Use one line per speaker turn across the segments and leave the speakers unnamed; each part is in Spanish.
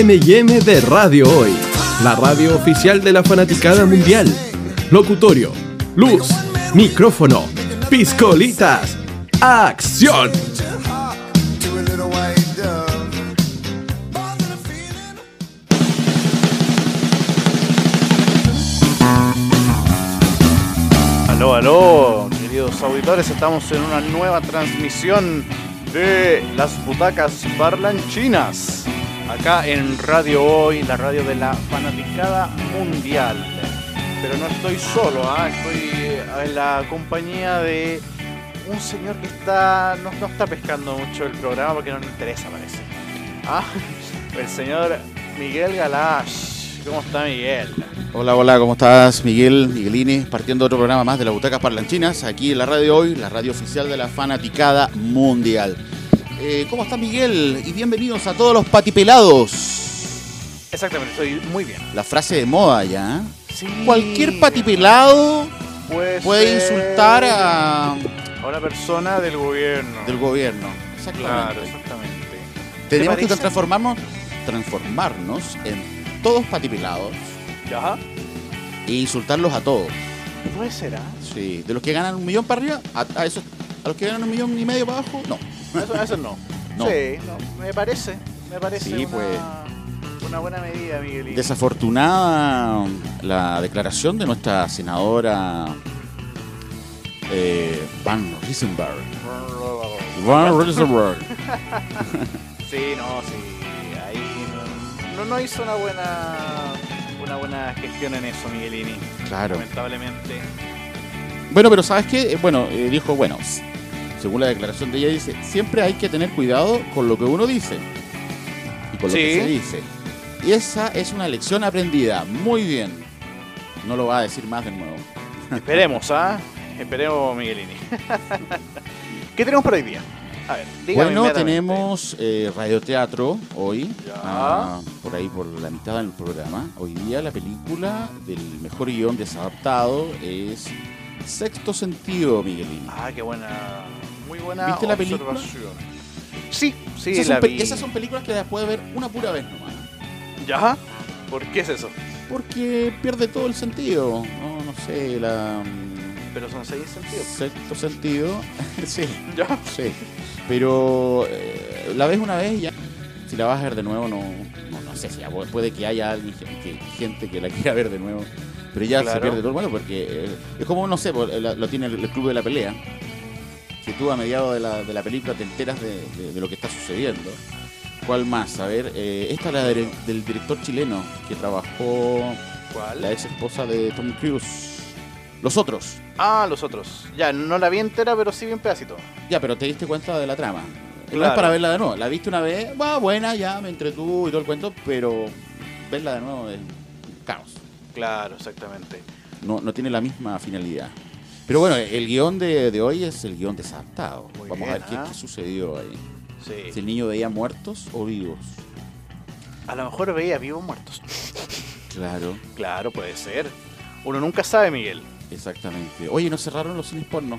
MM de Radio Hoy, la radio oficial de la fanaticada mundial. Locutorio, luz, micrófono, piscolitas, acción.
Aló, aló, queridos auditores, estamos en una nueva transmisión de las butacas parlanchinas. Acá en Radio Hoy, la radio de la fanaticada mundial. Pero no estoy solo, ¿ah? estoy eh, en la compañía de un señor que está no, no está pescando mucho el programa porque no le interesa, parece. Ah, El señor Miguel Galash. ¿Cómo está Miguel?
Hola, hola, ¿cómo estás? Miguel, Miguelini, partiendo de otro programa más de las Butacas Parlanchinas, aquí en la radio hoy, la radio oficial de la fanaticada mundial. Eh, ¿Cómo estás, Miguel? Y bienvenidos a todos los patipelados.
Exactamente, estoy muy bien.
La frase de moda ya. ¿eh?
Sí.
Cualquier patipelado puede
ser
insultar a...
a una persona del gobierno.
del gobierno.
Claro,
Exactamente.
exactamente.
Tenemos
¿Te
que
parece?
transformarnos, transformarnos en todos patipelados
Ya.
e insultarlos a todos.
Puede ser, ¿ah?
Sí, de los que ganan un millón para arriba, a, a esos, a los que ganan un millón y medio para abajo, no.
Eso, eso no.
No.
Sí, no, me parece. Me parece
Sí,
una,
pues.
una buena medida, Miguelito.
Desafortunada la declaración de nuestra senadora eh, Van Riesenberg. Van Riesenberg.
Sí, no, sí. Ahí no, no, no hizo una buena una buena gestión en eso, Miguelini.
Claro.
Lamentablemente.
Bueno, pero ¿sabes qué? Eh, Bueno, eh, dijo, bueno, s- según la declaración de ella, dice, siempre hay que tener cuidado con lo que uno dice y con lo
Sí.
que se dice. Y esa es una lección aprendida. Muy bien. No lo va a decir más de nuevo.
Esperemos, ¿ah? Esperemos, Miguelini. ¿Qué tenemos para hoy día? A ver, dígame
Bueno,
inmediatamente.
tenemos eh, radioteatro hoy,
Ya.
ah, por ahí por la mitad del programa. Hoy día la película del mejor guión desadaptado es Sexto Sentido, Miguelín.
Ah, qué buena. Muy buena
¿Viste la película?
observación. Sí, sí,
esas,
la
son, pe-
vi.
esas son películas que las puede ver una pura vez nomás,
¿Ya? ¿Por qué es eso?
porque pierde todo el sentido. No, no sé, la... mm,
Pero son seis sentidos.
Sexto Sentido, sí,
¿Ya?
sí. Pero eh, la ves una vez y ya. Si la vas a ver de nuevo, no, no, no sé si ya pu- puede que haya alguien, que- gente que la quiera ver de nuevo. Pero ya se
Claro.
pierde todo el mundo porque eh, es como, no sé, por- la- lo tiene el, el club de la pelea. Que tú a mediados de la, de la película te enteras de, de- de lo que está sucediendo. ¿Cuál más? A ver, eh, esta es la dire- del director chileno que trabajó
¿Cuál?
la ex esposa de Tom Cruise. Los otros.
Ah, los otros. Ya, no la vi entera, pero sí vi un pedacito.
Ya, pero te diste cuenta de la trama. No es
Claro.
para verla de nuevo. La viste una vez, va buena, ya me entretuvo y todo el cuento, pero verla de nuevo es caos.
Claro, exactamente.
No, no tiene la misma finalidad. Pero bueno, el guión de, de hoy es el guión desadaptado.
Muy
Vamos a
bien,
ver qué,
¿ah?
qué sucedió ahí.
Sí.
Si el niño veía muertos o vivos.
A lo mejor veía vivos muertos.
Claro,
Claro, puede ser. Uno nunca sabe, Miguel.
exactamente. Oye, nos cerraron los cines porno.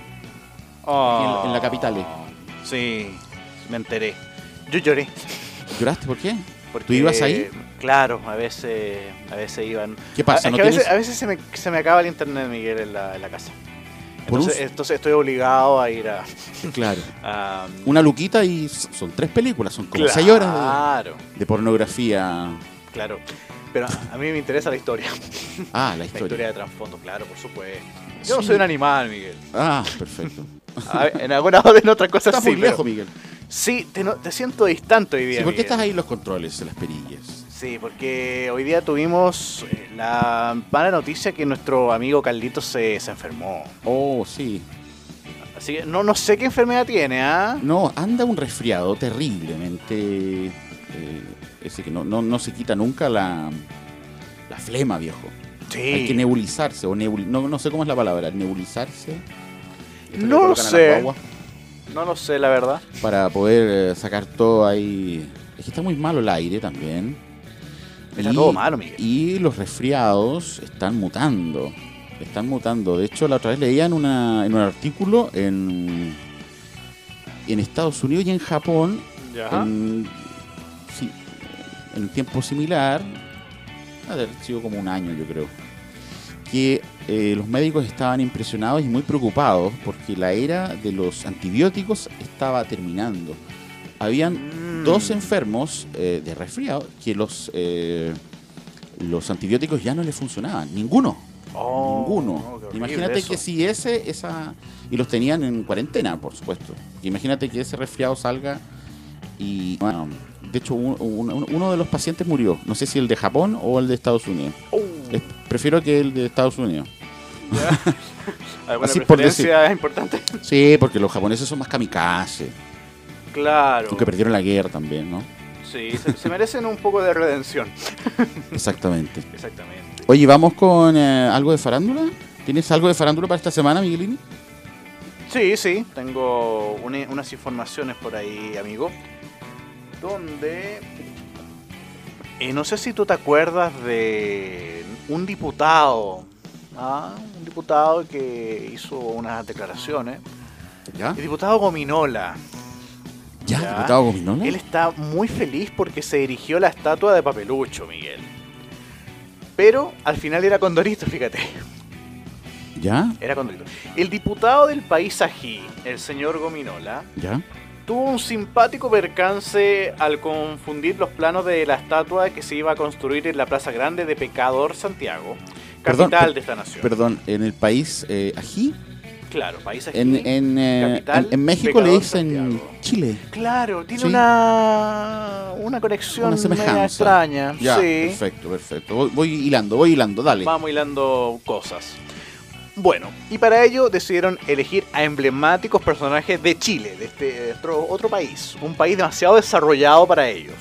Ah.
en la capital, eh.
Sí, me enteré. Yo lloré.
¿Lloraste por qué?
Porque,
¿Tú ibas ahí?
Claro, a veces, a veces iban.
¿Qué pasa?
A, es
¿No
que a veces,
tienes-
a veces se, me, se me acaba el internet, Miguel, en la, en la casa.
Por un-
Entonces, entonces estoy obligado a ir a.
Claro.
a-
Una luquita y s- son tres películas, son como
claro,
seis horas de-
Claro,
de pornografía.
claro. Pero a mí me interesa la historia.
Ah, la
La
historia.
historia de trasfondo, claro, por supuesto. Yo no
Sí.
soy un animal, Miguel.
Ah, perfecto.
A ver, en alguna hora, en otra cosa
Estás
sí.
muy lejos,
pero-
Miguel.
sí, te, no- te siento distante hoy día.
¿Y por qué
Miguel.
estás ahí en los controles, en las perillas?
Sí, porque hoy día tuvimos eh, la mala noticia que nuestro amigo Caldito se, se enfermó.
Oh, sí.
Así que no, no sé qué enfermedad tiene, ¿ah?
No, anda un resfriado terriblemente. eh, ese que no, no, no se quita nunca la, la flema, viejo. Hay que
Sí.
nebulizarse, o nebul, no, no sé cómo es la palabra, nebulizarse. Esto que
No
colocan
lo
a las
sé.
guaguas
No lo sé, la verdad.
Para poder eh, sacar todo ahí. Es que está muy malo el aire también.
Está
Y-
todo malo, Miguel.
Y los resfriados están mutando. Están mutando. De hecho, la otra vez leía en, una, en un artículo en, en Estados Unidos y en Japón.
Ya.
en- sí, en un tiempo similar, ha de haber sido como un año yo creo, que eh, los médicos estaban impresionados y muy preocupados porque la era de los antibióticos estaba terminando. Habían
Mm.
dos enfermos eh, de resfriado que los, eh, los antibióticos ya no les funcionaban, ninguno.
Oh,
Ninguno.
no, qué horrible
Imagínate
eso.
que si ese, esa. Y los tenían en cuarentena, por supuesto. Imagínate que ese resfriado salga y. bueno, de hecho, un- un- un- uno de los pacientes murió. No sé si el de Japón o el de Estados Unidos.
Oh,
Les- prefiero que el de Estados Unidos.
¿Alguna
así por decir.
preferencia importante?
Sí, porque los japoneses son más kamikaze.
Claro.
Aunque perdieron la guerra también, ¿no?
Sí, se, se merecen un poco de redención.
Exactamente.
Exactamente.
Oye, ¿vamos con eh, algo de farándula? ¿Tienes algo de farándula para esta semana, Miguelini?
Sí, sí, tengo une- unas informaciones por ahí, amigo. Donde... eh, no sé si tú te acuerdas de un diputado. ¿ah? Un diputado que hizo unas declaraciones.
¿Ya?
El diputado Gominola.
¿Ya?
Ya.
¿Diputado Gominola?
Él está muy feliz porque se erigió la estatua de Papelucho, Miguel. Pero al final era Condorito, fíjate.
¿Ya?
Era Condorito. El diputado del país ají, el señor Gominola,
¿Ya?
tuvo un simpático percance al confundir los planos de la estatua que se iba a construir en la Plaza Grande de Pecador, Santiago,
Perdón,
capital
per-
de esta nación.
Perdón, en el país eh, ají,
Claro, país ají.
en, en, eh,
Capital,
en- en México
Pecador,
le dicen
Santiago.
Chile.
Claro, tiene
Sí.
una, una conexión
Una
media
semejanza.
extraña.
Ya,
sí.
perfecto, perfecto. Voy, voy hilando, voy hilando, dale.
Vamos hilando cosas. Bueno, y para ello decidieron elegir a emblemáticos personajes de Chile, de este otro, otro país, un país demasiado desarrollado para ellos.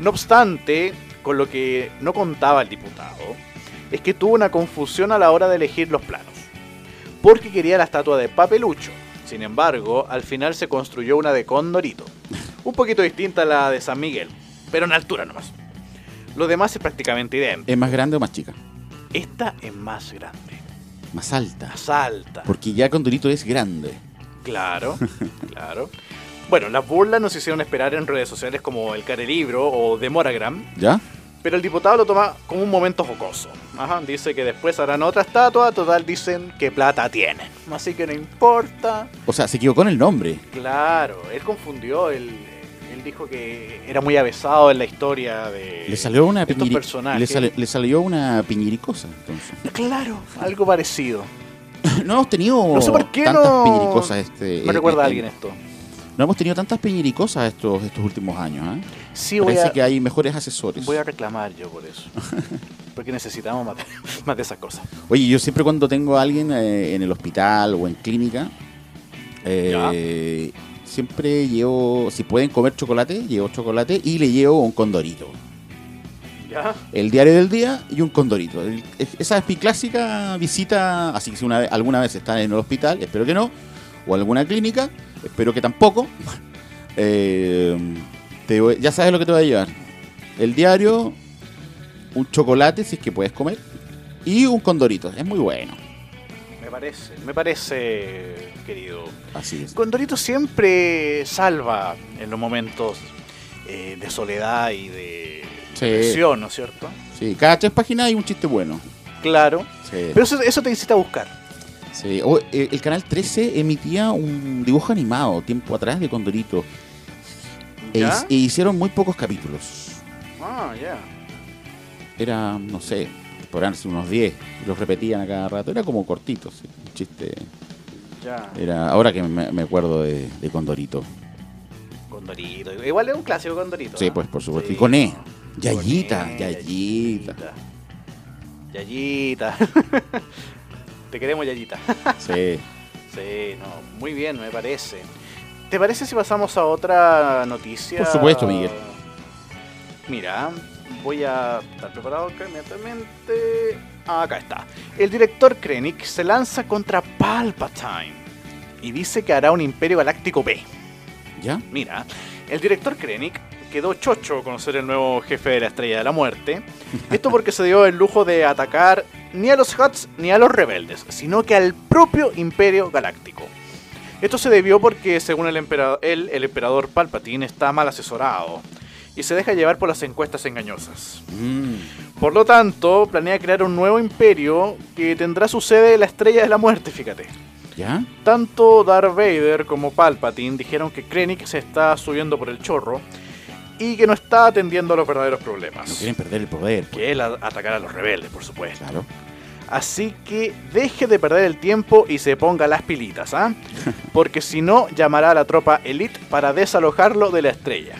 No obstante, con lo que no contaba el diputado, es que tuvo una confusión a la hora de elegir los planos, porque quería la estatua de Papelucho. Sin embargo, al final se construyó una de Condorito, un poquito distinta a la de San Miguel, pero en altura nomás. Lo demás es prácticamente idéntico.
¿Es más grande o más chica?
Esta es más grande,
Más alta.
más alta.
Porque ya Condorito es grande.
Claro, claro. Bueno, las burlas nos hicieron esperar en redes sociales como El Care Libro o Demoragram,
¿Ya?
pero el diputado lo toma como un momento jocoso. Ajá, dice que después harán otra estatua, total dicen que plata tienen. Así que no importa.
O sea, se equivocó en el nombre.
Claro, él confundió, él, él dijo que era muy avesado en la historia de
Le salió una
estos
piñiri-
personajes.
le, sale- le salió una piñiricosa, entonces.
Claro, algo parecido.
No hemos tenido
No sé por qué
tantas
no-
piñiricosas este.
Me
eh,
recuerda a
eh,
alguien esto.
No hemos tenido tantas piñiricosas estos, estos últimos años, ¿eh?
Sí, voy
Parece
a,
que hay mejores asesores.
Voy a reclamar yo por eso. Porque necesitamos más de, más de esas cosas.
Oye, yo siempre cuando tengo a alguien eh, en el hospital o en clínica, eh, siempre llevo, si pueden comer chocolate, llevo chocolate y le llevo un condorito.
¿Ya?
El diario del día y un condorito. El- es- esa es mi clásica visita, así que si una vez- alguna vez están en el hospital, espero que no, o alguna clínica, espero que tampoco, eh, te voy- ya sabes lo que te voy a llevar. El diario, un chocolate, si es que puedes comer, y un condorito. Es muy bueno.
Me parece, me parece, querido.
Así es.
Condorito siempre salva en los momentos eh, de soledad y de
Sí.
presión, ¿no es cierto?
Sí, cada tres páginas hay un chiste bueno.
Claro.
Sí.
Pero eso, eso te incita a buscar.
Sí, o- eh, el canal 13 emitía un dibujo animado tiempo atrás de Condorito e,
¿Ya?
his- e hicieron muy pocos capítulos.
Ah, ya.
Era, no sé, podrán ser unos 10. y Los repetían a cada rato. Era como cortitos. sí, Un chiste.
Ya.
Era, ahora que me, me acuerdo de, de Condorito.
Condorito. Igual es un clásico Condorito.
Sí,
¿ah?
pues, por supuesto.
Sí.
Y con E. Yayita,
Con E,
Yayita.
Yayita. Te queremos, Yayita.
Sí.
Sí, no, muy bien, me parece. ¿Te parece si pasamos a otra noticia?
Por supuesto, Miguel.
Mira, voy a estar preparado acá inmediatamente. Ah, Acá está. El director Krennic se lanza contra Palpatine y dice que hará un Imperio Galáctico B.
¿Ya?
Mira, el director Krennic quedó chocho con ser el nuevo jefe de la Estrella de la Muerte. Esto porque se dio el lujo de atacar ni a los Huts ni a los rebeldes, sino que al propio Imperio Galáctico. Esto se debió porque, según el emperador, él, el emperador Palpatine está mal asesorado y se deja llevar por las encuestas engañosas.
Mm.
Por lo tanto, planea crear un nuevo imperio que tendrá su sede en la Estrella de la Muerte, fíjate.
¿Ya?
Tanto Darth Vader como Palpatine dijeron que Krennic se está subiendo por el chorro y que no está atendiendo a los verdaderos
No
problemas,
quieren perder el poder. pues,
que es la- atacar a los rebeldes, por supuesto.
Claro.
Así que deje de perder el tiempo y se ponga las pilitas, ¿ah? Porque si no, llamará a la tropa Elite para desalojarlo de la estrella.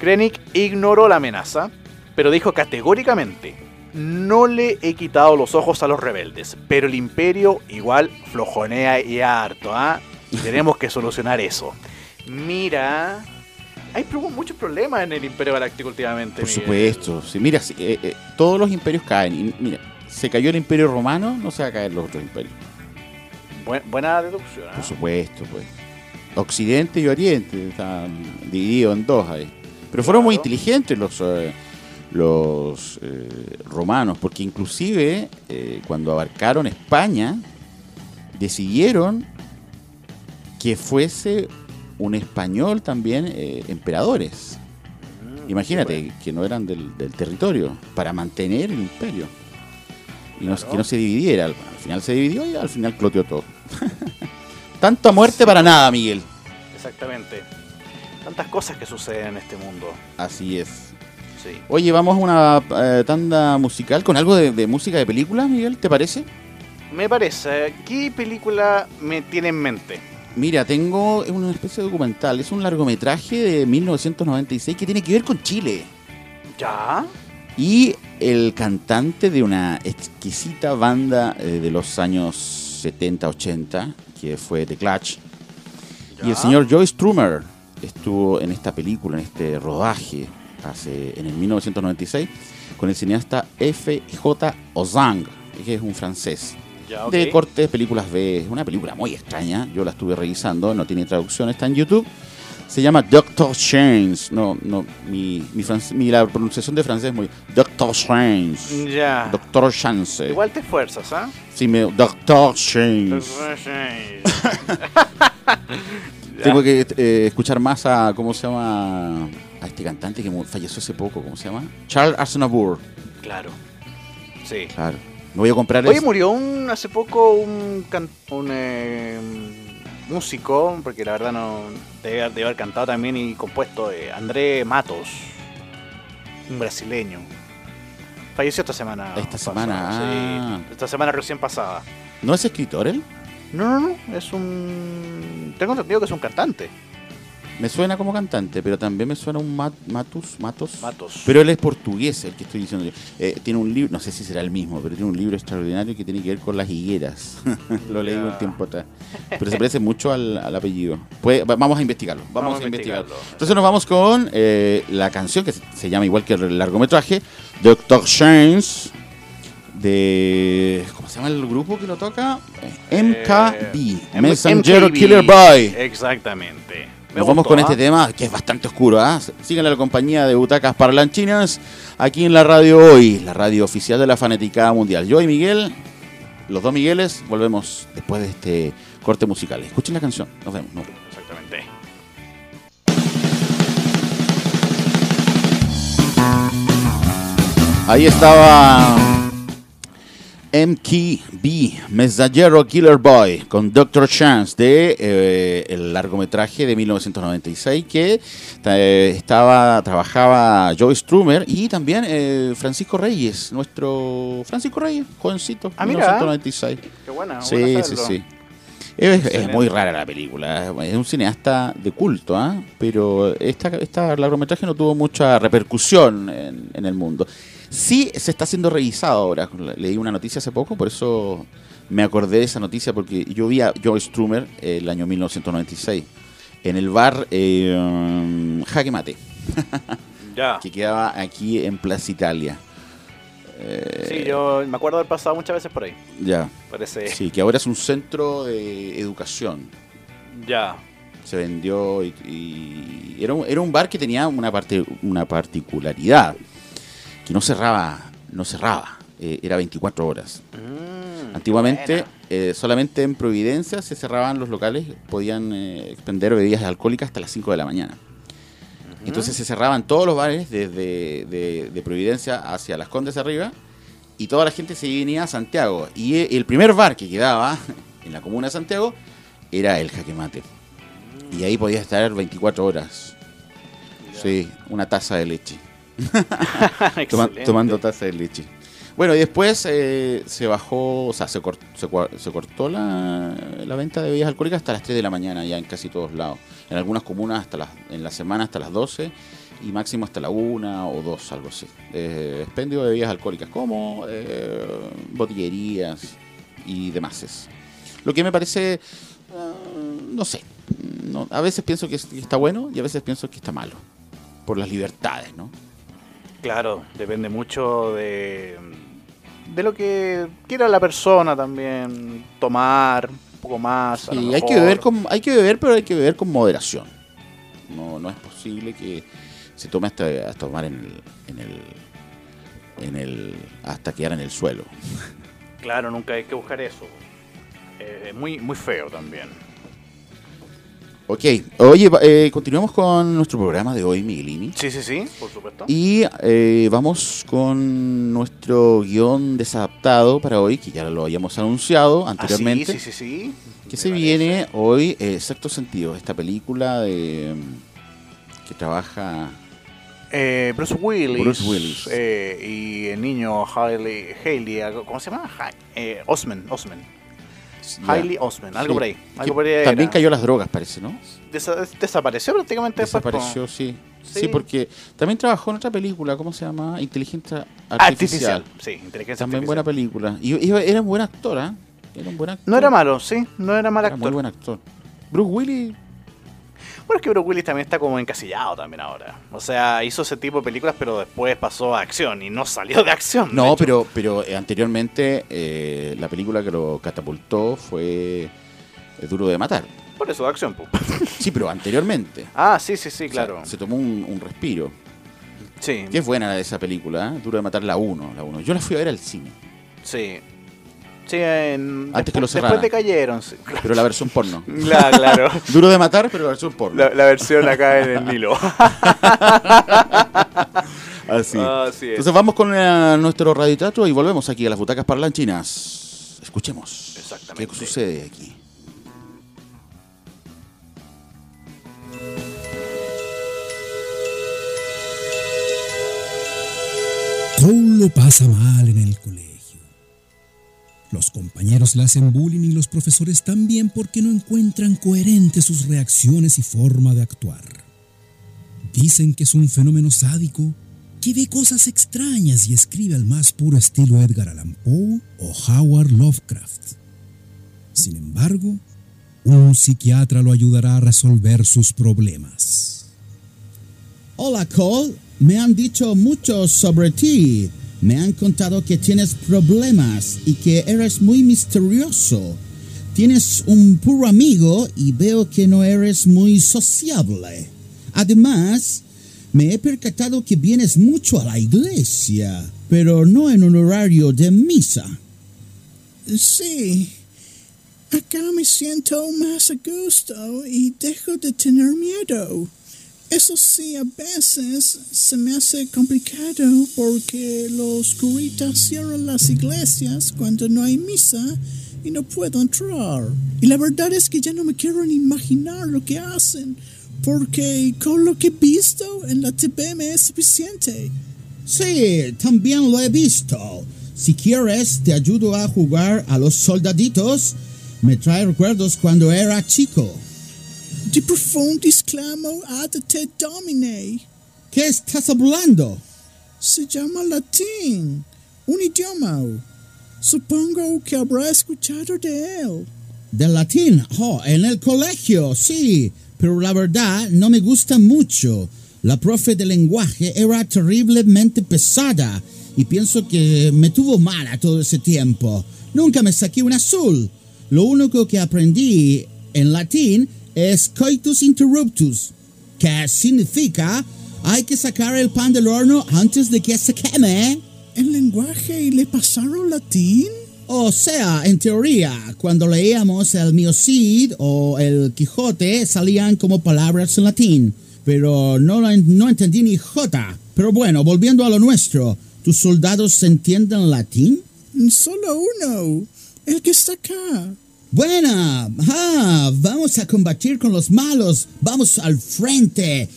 Krennic ignoró la amenaza, pero dijo categóricamente: No le he quitado los ojos a los rebeldes, pero el Imperio igual flojonea y harto, ¿ah? Tenemos que solucionar eso. Mira. Hay pro- muchos problemas en el Imperio Galáctico últimamente.
Por
Miguel.
supuesto. Sí, mira, sí, eh, eh, todos los imperios caen. Y mira, se cayó el imperio romano, no se va a caer los otros imperios.
Buen- buena deducción. ¿ah?
Por supuesto, pues. Occidente y Oriente están divididos en dos ahí. Pero fueron muy
Claro.
inteligentes los, eh, los eh, romanos, porque inclusive eh, cuando abarcaron España, decidieron que fuese un español también eh, emperadores. Imagínate que no eran del, del territorio, para mantener el imperio. Y no, que no se dividiera. Al al final se dividió y al final cloteó todo. Tanta muerte para nada, Miguel.
Exactamente. Tantas cosas que suceden en este mundo.
Así es.
Sí.
Oye, vamos a una eh, tanda musical con algo de, de música de película, Miguel, ¿te parece?
Me parece, ¿qué película me tiene en mente?
Mira, tengo una especie de documental. Es un largometraje de 1996 que tiene que ver con Chile.
¿Ya?
Y el cantante de una exquisita banda eh, de los años 70, 80, que fue The Clash. Y el señor Joyce Trumer estuvo en esta película, en este rodaje, hace, en el 1996, con el cineasta F.J. Ozang, que es un francés.
Ya, Ah, ok.
De cortes, películas B, una película muy extraña, yo la estuve revisando, no tiene traducción, está en YouTube. Se llama Doctor Strange. No, no, mi, mi, franc- mi- la pronunciación de francés es muy Doctor Strange.
Ya.
Doctor Chance.
Ah. Igual te esfuerzas, ¿ah?
Sí, me, Doctor Strange.
Ya.
Tengo que eh, escuchar más a, ¿cómo se llama? A este cantante que mu- falleció hace poco, ¿cómo se llama? Charles Aznavour.
Claro. Sí.
Claro. Me voy a comprar
Oye,
es-
murió un, hace poco un, can- un eh, músico, porque la verdad no debe, debe haber cantado también y compuesto, eh, André Matos, un brasileño. Falleció esta semana.
Esta semana, ah.
sí, esta semana recién pasada.
¿No es escritor él?
No, no, no, es un... Tengo entendido que es un cantante.
Me suena como cantante, pero también me suena un Mat- Matus, Matos.
Matos.
Pero él es portugués, el que estoy diciendo yo. Eh, tiene un libro, no sé si será el mismo, pero tiene un libro extraordinario que tiene que ver con las higueras. Lo leí un
Ya.
tiempo atrás. Pero se parece mucho al, al apellido. Pues, va- vamos a investigarlo. Vamos, a investigarlo. Entonces nos vamos con eh, la canción que se- se llama igual que el largometraje, Doctor Strange, de... ¿Cómo se llama el grupo que lo toca? Eh, MKB,
Eh,
Messenger
MKB.
Killer Boy.
Exactamente. Me
Nos vamos
gustó,
con
¿ah?
este tema que es bastante oscuro. ¿ah? Sigan la compañía de Butacas Parlanchinas aquí en la radio hoy, la radio oficial de la Fanaticada Mundial. Yo y Miguel, los dos Migueles, volvemos después de este corte musical. Escuchen la canción, nos vemos. nos vemos.
Exactamente.
Ahí estaba MKB, Mensajero Killer Boy, con Dr. Chance, de eh, el largometraje de 1996 que eh, estaba trabajaba Joyce Trumer y también eh, Francisco Reyes, nuestro Francisco Reyes, jovencito,
Ah, mira.
1996.
Qué buena.
Sí,
buena
sí,
Ah, saberlo.
sí. Es, es
Excelente.
muy rara la película, es un cineasta de culto, ¿ah? pero esta, esta largometraje no tuvo mucha repercusión en, en el mundo. Sí, se está siendo revisado ahora, leí una noticia hace poco, por eso me acordé de esa noticia, porque yo vi a Joyce Trumer eh, el año 1996 en el bar eh, um, Jaque Mate,
Ya.
que quedaba aquí en Plaza Italia. Eh,
Sí, yo me acuerdo haber pasado muchas veces por ahí.
Ya,
Parece.
sí, que ahora es un centro de educación.
Ya.
se vendió y, y era, un, era un bar que tenía una parte una particularidad que no cerraba no cerraba eh, era 24 horas
Mm,
antiguamente
buena.
eh, solamente en Providencia se cerraban los locales podían eh, expender bebidas alcohólicas hasta las 5 de la mañana Entonces se cerraban todos los bares desde de, de Providencia hacia Las Condes arriba y toda la gente se venía a Santiago. Y e- el primer bar que quedaba en la comuna de Santiago era el Jaque Mate. Y ahí podías estar 24 horas. Sí, una taza de leche. Toma-
Excelente.
tomando taza de leche. Bueno, y después eh, se bajó, o sea, se, cor- se cua- se cortó la, la venta de bebidas alcohólicas hasta las 3 de la mañana, ya en casi todos lados. En algunas comunas hasta las, en la semana hasta las 12 y máximo hasta la 1 o 2, algo así. Eh, expendio de bebidas alcohólicas como eh, botillerías y demás. Lo que me parece, eh, no sé, no- a veces pienso que es- que está bueno y a veces pienso que está malo, por las libertades, ¿no?
Claro, depende mucho de, de lo que quiera la persona también. Tomar un poco más. a lo
Sí, hay que
mejor.
beber con, hay que beber, pero hay que beber con moderación. No, no es posible que se tome hasta, hasta tomar en el, en el, en el, hasta quedar en el suelo.
Claro, nunca hay que buscar eso. Eh, muy, muy feo también.
Ok, oye, va- eh, continuamos con nuestro programa de hoy, Miguelini.
Sí, sí, sí, por supuesto.
Y eh, vamos con nuestro guión desadaptado para hoy, que ya lo habíamos anunciado
Ah, sí,
anteriormente.
sí, sí, sí. Me
Que se
parece.
viene hoy, eh, Sexto Sentido, esta película de mm, que trabaja
Eh, Bruce Willis.
Bruce Willis.
eh, y el niño Hailey, Hailey, algo- ¿cómo se llama? Ha- eh, Osman, Osman. Hailey Osman, algo
Sí,
por ahí.
que
Algo por ahí
También
era.
cayó las drogas, parece, ¿no?
Desa- desapareció prácticamente después, po.
Desapareció, sí. sí.
Sí.
porque también trabajó en otra película, ¿cómo se llama? Inteligencia Artificial.
Artificial. Sí, inteligencia
También
artificial.
buena película. Y, y era un buen actor, ¿ah? Era un buen actor.
No era malo, sí, no era mal
Era muy
actor.
buen actor. Bruce Willis.
Bueno, es que Bruce Willis también está como encasillado también ahora. O sea, hizo ese tipo de películas, pero después pasó a acción y no salió de acción. de
No,
hecho.
pero, pero eh, anteriormente eh, la película que lo catapultó fue eh, Duro de Matar.
Por eso de acción, po.
Sí, pero anteriormente.
Ah, sí, sí, sí,
O sea,
claro.
se tomó un, un respiro.
Sí,
Qué buena esa película, ¿eh? Duro de Matar la 1, la 1. Yo la fui a ver al cine,
sí. Sí, en-
Antes que lo
después-
cerraran.
Después te cayeron, sí.
pero la versión porno.
Claro, claro.
Duro de matar, pero versión porno.
La, la versión acá en el Nilo.
Así.
Ah, Así es.
Entonces vamos con eh, nuestro radioteatro y volvemos aquí a las butacas parlanchinas. Escuchemos.
Exactamente.
¿Qué sucede aquí?
Cole lo pasa mal en el colegio. Los compañeros le hacen bullying y los profesores también porque no encuentran coherentes sus reacciones y forma de actuar. Dicen que es un fenómeno sádico que ve cosas extrañas y escribe al más puro estilo Edgar Allan Poe o Howard Lovecraft. Sin embargo, un psiquiatra lo ayudará a resolver sus problemas.
Hola Cole, me han dicho mucho sobre ti. Me han contado que tienes problemas y que eres muy misterioso. Tienes un puro amigo y veo que no eres muy sociable. Además, me he percatado que vienes mucho a la iglesia, pero no en un horario de misa.
Sí. Acá me siento más a gusto y dejo de tener miedo. Eso sí, a veces se me hace complicado porque los curitas cierran las iglesias cuando no hay misa y no puedo entrar. Y la verdad es que ya no me quiero ni imaginar lo que hacen porque con lo que he visto en la TV me es suficiente.
Sí, también lo he visto. Si quieres, te ayudo a jugar a los soldaditos. Me trae recuerdos cuando era chico.
De profundis clamo ad te domine.
¿Qué estás hablando?
se llama latín, un idioma. Supongo que habrá escuchado de él.
Del latín. Oh, en el colegio, sí. Pero la verdad, no me gusta mucho. La profe de lenguaje era terriblemente pesada y pienso que me tuvo mala todo ese tiempo. Nunca me saqué un azul. Lo único que aprendí en latín es coitus interruptus, que significa hay que sacar el pan del horno antes de que se queme.
¿El lenguaje le pasaron latín?
O sea, en teoría, cuando leíamos el Miocid o el Quijote salían como palabras en latín, pero no, la- no entendí ni jota. Pero bueno, volviendo a lo nuestro, ¿tus soldados entienden latín?
Solo uno. El que está acá.
Buena, ajá, vamos a combatir con los malos, vamos al frente.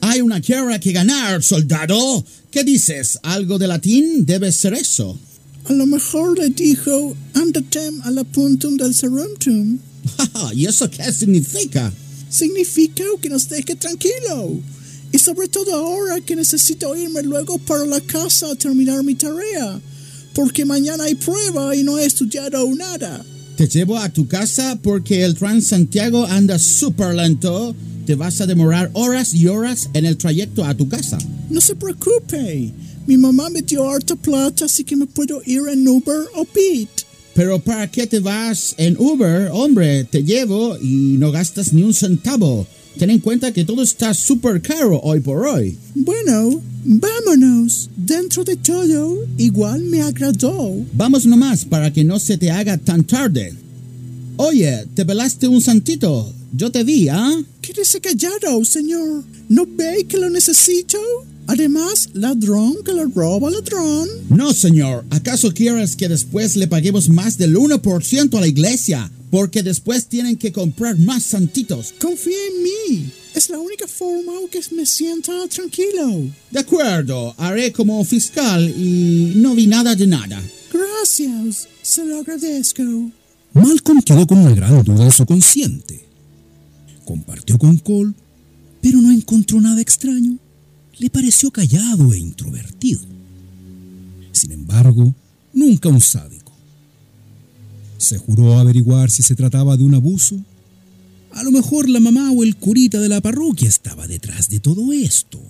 Hay una guerra que ganar, soldado. ¿Qué dices? ¿Algo de latín? Debe ser eso.
A lo mejor le dijo andatem a la puntum del serumtum.
Ajá, ¿Y eso qué significa?
Significa que nos deje tranquilo. Y sobre todo ahora que necesito irme luego para la casa a terminar mi tarea. Porque mañana hay prueba y no he estudiado nada.
Te llevo a tu casa porque el Transantiago anda súper lento. Te vas a demorar horas y horas en el trayecto a tu casa.
No se preocupe. Mi mamá me dio harta plata, así que me puedo ir en Uber o Bit.
Pero ¿para qué te vas en Uber? Hombre, te llevo y no gastas ni un centavo. Ten en cuenta que todo está súper caro hoy por hoy.
Bueno, vámonos. Dentro de todo, igual me agradó.
Vamos nomás para que no se te haga tan tarde. Oye, te pelaste un santito. Yo te vi, ¿ah?
Quédese callado, señor. ¿No ve que lo necesito? Además, ladrón que le roba ladrón.
No, señor. ¿Acaso quieres que después le paguemos más del 1% a la iglesia? Porque después tienen que comprar más santitos.
Confía en mí. Es la única forma que me sienta tranquilo.
De acuerdo, haré como fiscal y no vi nada de nada.
Gracias. Se lo agradezco.
Malcolm quedó con una gran duda en su consciente. Compartió con Cole, pero no encontró nada extraño. Le pareció callado e introvertido. Sin embargo, nunca un sádico. Se juró averiguar si se trataba de un abuso. A lo mejor la mamá o el curita de la parroquia estaba detrás de todo esto.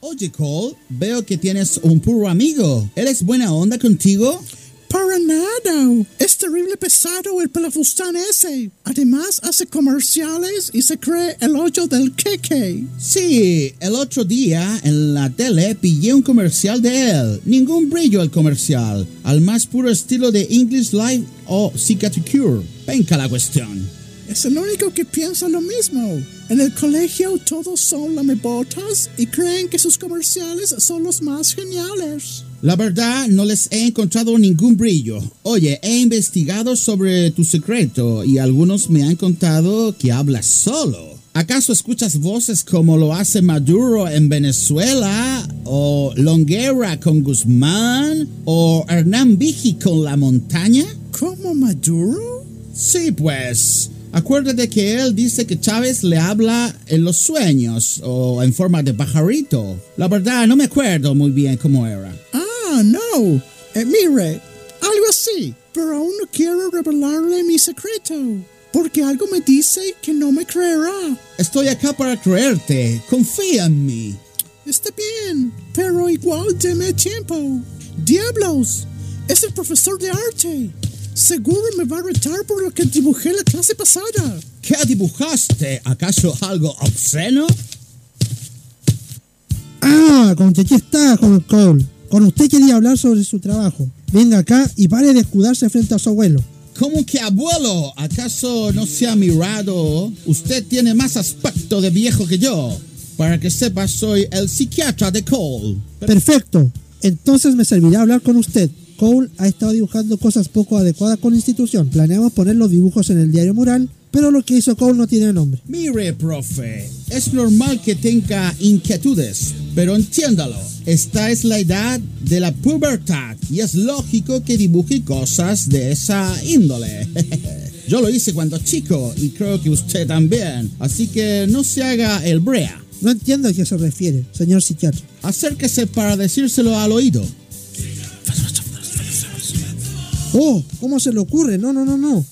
Oye, Cole, veo que tienes un puro amigo. ¿Él es buena onda contigo?
Para nada. Es terrible pesado el pelafustán ese. Además, hace comerciales y se cree el hoyo del queque.
Sí, el otro día en la tele pillé un comercial de él. Ningún brillo el comercial. Al más puro estilo de English Live o Cicatricure. Venga la cuestión.
Es el único que piensa lo mismo. En el colegio todos son lamebotas y creen que sus comerciales son los más geniales.
La verdad, no les he encontrado ningún brillo. Oye, he investigado sobre tu secreto y algunos me han contado que hablas solo. ¿Acaso escuchas voces como lo hace Maduro en Venezuela? ¿O Longuera con Guzmán? ¿O Hernán Vigi con La Montaña?
¿Cómo Maduro?
Sí, pues. Acuérdate que él dice que Chávez le habla en los sueños o en forma de pajarito. La verdad, no me acuerdo muy bien cómo era.
Ah, no. Eh, mire, algo así. Pero aún no quiero revelarle mi secreto. Porque algo me dice que no me creerá.
Estoy acá para creerte. Confía en mí.
Está bien, pero igual deme tiempo. ¡Diablos! Es el profesor de arte. Seguro me va a retar por lo que dibujé la clase pasada.
¿Qué dibujaste? ¿Acaso algo obsceno?
Ah, con que aquí está, con Cole. Con usted quería hablar sobre su trabajo. Venga acá y pare de escudarse frente a su abuelo.
¿Cómo que abuelo? ¿Acaso no se ha mirado? Usted tiene más aspecto de viejo que yo. Para que sepa, soy el psiquiatra de Cole.
Perfecto. Entonces me servirá hablar con usted. Cole ha estado dibujando cosas poco adecuadas con la institución. Planeamos poner los dibujos en el diario mural, pero lo que hizo Cole no tiene nombre.
Mire, profe, es normal que tenga inquietudes, pero entiéndalo. Esta es la edad de la pubertad y es lógico que dibuje cosas de esa índole. Yo lo hice cuando chico y creo que usted también, así que no se haga el brea.
No entiendo a qué se refiere, señor psiquiatra.
Acérquese para decírselo al oído.
Oh, ¿cómo se le ocurre? No, no, no, no.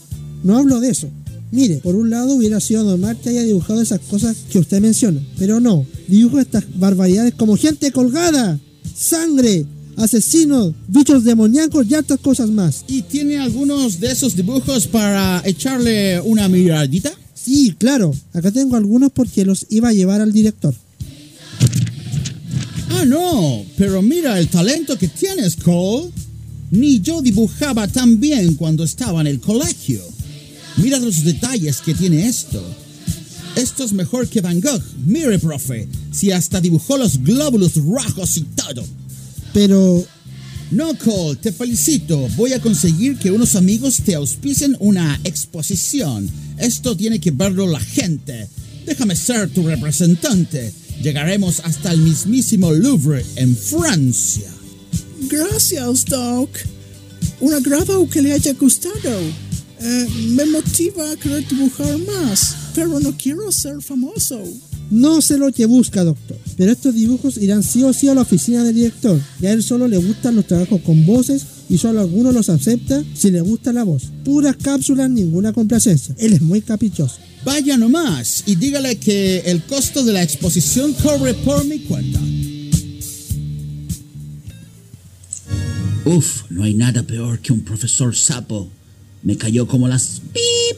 No hablo de eso. Mire, por un lado hubiera sido normal que haya dibujado esas cosas que usted menciona, pero no. Dibujo estas barbaridades como gente colgada, sangre, asesinos, bichos demoníacos y hartas cosas más.
¿Y tiene algunos de esos dibujos para echarle una miradita?
Sí, claro, acá tengo algunos porque los iba a llevar al director.
Ah, no, pero mira el talento que tienes, Cole. Ni yo dibujaba tan bien cuando estaba en el colegio. Mira los detalles que tiene esto. Esto es mejor que Van Gogh. Mire, profe, si hasta dibujó los glóbulos rojos y todo.
Pero
No, Cole, te felicito. Voy a conseguir que unos amigos te auspicien una exposición. Esto tiene que verlo la gente. Déjame ser tu representante. Llegaremos hasta el mismísimo Louvre en Francia.
Gracias, Doc. Un agrado que le haya gustado. Eh, me motiva a querer dibujar más, pero no quiero ser famoso.
no sé lo que busca, doctor. Pero estos dibujos irán sí o sí a la oficina del director. Y a él solo le gustan los trabajos con voces y solo algunos los acepta si le gusta la voz. Puras cápsulas, ninguna complacencia. Él es muy caprichoso.
Vaya nomás y dígale que el costo de la exposición corre por mi cuenta.
Uf, no hay nada peor que un profesor sapo. Me cayó como las... ¡Pip!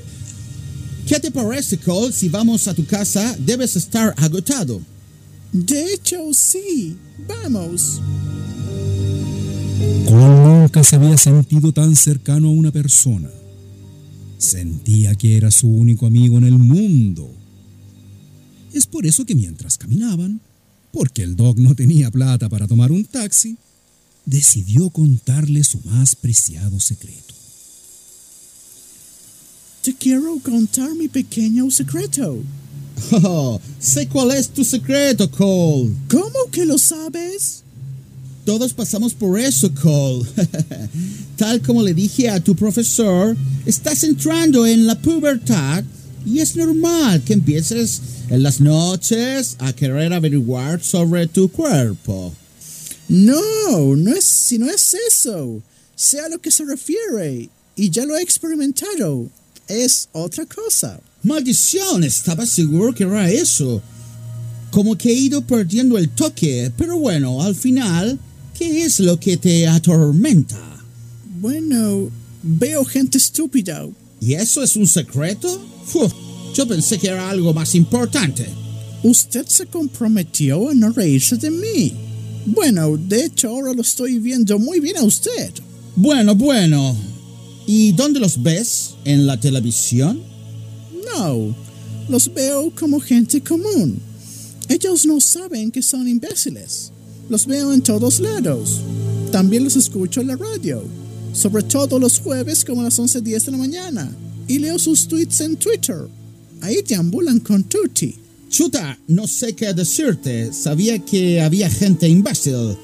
¿Qué te parece, Cole? Si vamos a tu casa, debes estar agotado.
De hecho, sí. Vamos.
Cole nunca se había sentido tan cercano a una persona. Sentía que era su único amigo en el mundo. Es por eso que mientras caminaban, porque el dog no tenía plata para tomar un taxi, decidió contarle su más preciado secreto.
Te quiero contar mi pequeño secreto.
Oh, sé cuál es tu secreto, Cole.
¿Cómo que lo sabes?
Todos pasamos por eso, Cole. Tal como le dije a tu profesor, estás entrando en la pubertad y es normal que empieces en las noches a querer averiguar sobre tu cuerpo.
No, no es, si no es eso. Sé a lo que se refiere. Y ya lo he experimentado. Es otra cosa.
Maldición, estaba seguro que era eso. Como que he ido perdiendo el toque, pero bueno, al final, ¿qué es lo que te atormenta?
Bueno, veo gente estúpida.
¿Y eso es un secreto? Fu, yo pensé que era algo más importante.
Usted se comprometió a no reírse de mí. Bueno, de hecho ahora lo estoy viendo muy bien a usted.
Bueno, bueno. ¿Y dónde los ves? ¿En la televisión?
No, los veo como gente común. Ellos no saben que son imbéciles. Los veo en todos lados. También los escucho en la radio, sobre todo los jueves como a las 11.10 de la mañana. Y leo sus tweets en Twitter. Ahí deambulan con Tutti.
Chuta, no sé qué decirte. Sabía que había gente imbécil,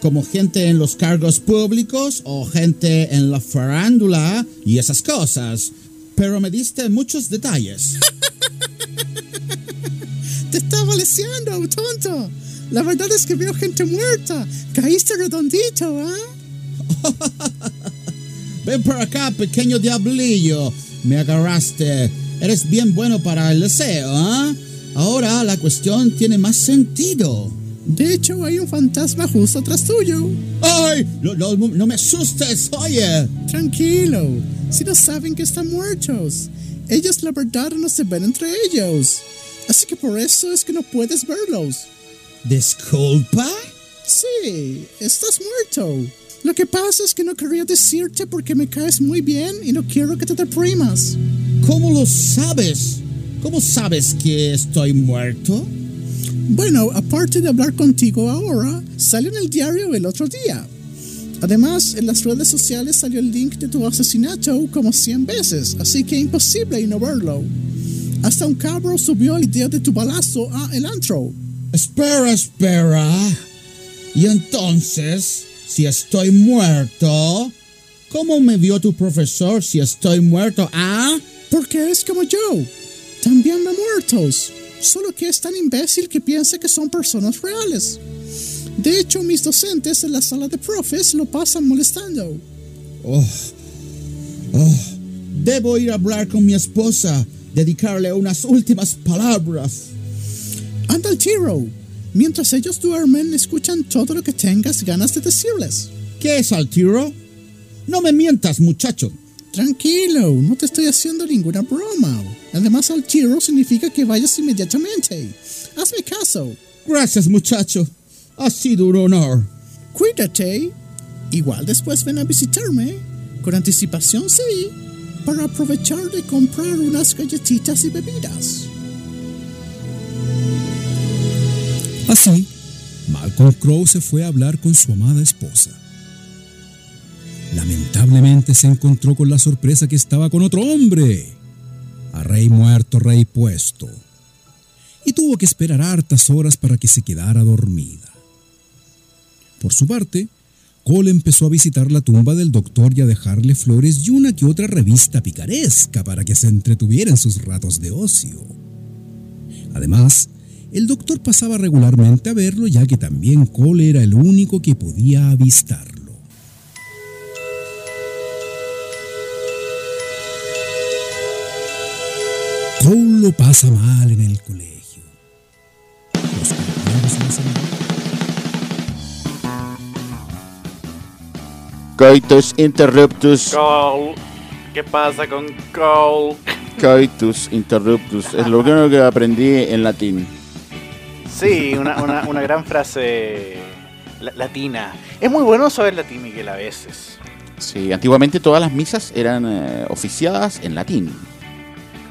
como gente en los cargos públicos o gente en la farándula y esas cosas. Pero me diste muchos detalles.
Te estaba leseando, tonto. La verdad es que veo gente muerta. Caíste redondito, ¿ah?
Ven por acá, pequeño diablillo. Me agarraste. Eres bien bueno para el deseo, ¿ah? Ahora la cuestión tiene más sentido.
De hecho, hay un fantasma justo atrás tuyo.
¡Ay! No, no- no me asustes, oye.
Tranquilo, si no saben que están muertos. Ellos la verdad no se ven entre ellos. Así que por eso es que no puedes verlos.
¿Disculpa?
Sí, estás muerto. Lo que pasa es que no quería decirte porque me caes muy bien y no quiero que te deprimas.
¿Cómo lo sabes? ¿Cómo sabes que estoy muerto?
Bueno, aparte de hablar contigo ahora, salió en el diario el otro día. Además, en las redes sociales salió el link de tu asesinato como 100 veces, así que imposible no verlo. Hasta un cabro subió el video de tu balazo a el antro.
Espera, espera. Y entonces, si estoy muerto, ¿cómo me vio tu profesor si estoy muerto? ¿Ah?
Porque es como yo. También no muertos. Solo que es tan imbécil que piensa que son personas reales. De hecho, mis docentes en la sala de profes lo pasan molestando.
Debo ir a hablar con mi esposa, dedicarle unas últimas palabras.
Anda al tiro. Mientras ellos duermen, escuchan todo lo que tengas ganas de decirles.
¿Qué es al tiro? No me mientas, muchacho.
Tranquilo, no te estoy haciendo ninguna broma. Además, al tiro significa que vayas inmediatamente. Hazme caso.
Gracias, muchacho. Ha sido un honor.
Cuídate. Igual después ven a visitarme. Con anticipación, sí. Para aprovechar de comprar unas galletitas y bebidas.
Así, Malcolm Crow se fue a hablar con su amada esposa. Lamentablemente se encontró con la sorpresa que estaba con otro hombre. A rey muerto, rey puesto. Y tuvo que esperar hartas horas para que se quedara dormida. Por su parte, Cole empezó a visitar la tumba del doctor y a dejarle flores y una que otra revista picaresca para que se entretuviera en sus ratos de ocio. Además, el doctor pasaba regularmente a verlo ya que también Cole era el único que podía avistarlo. Cole lo pasa mal en el colegio. Los compañeros le hacen-
Coitus interruptus.
Cole. ¿Qué pasa con Cole?
Coitus interruptus. Es lo único que aprendí en latín.
Sí, una, una- una gran frase la- latina. Es muy bueno saber latín, Miguel, a veces.
Sí, antiguamente todas las misas eran eh, oficiadas en latín.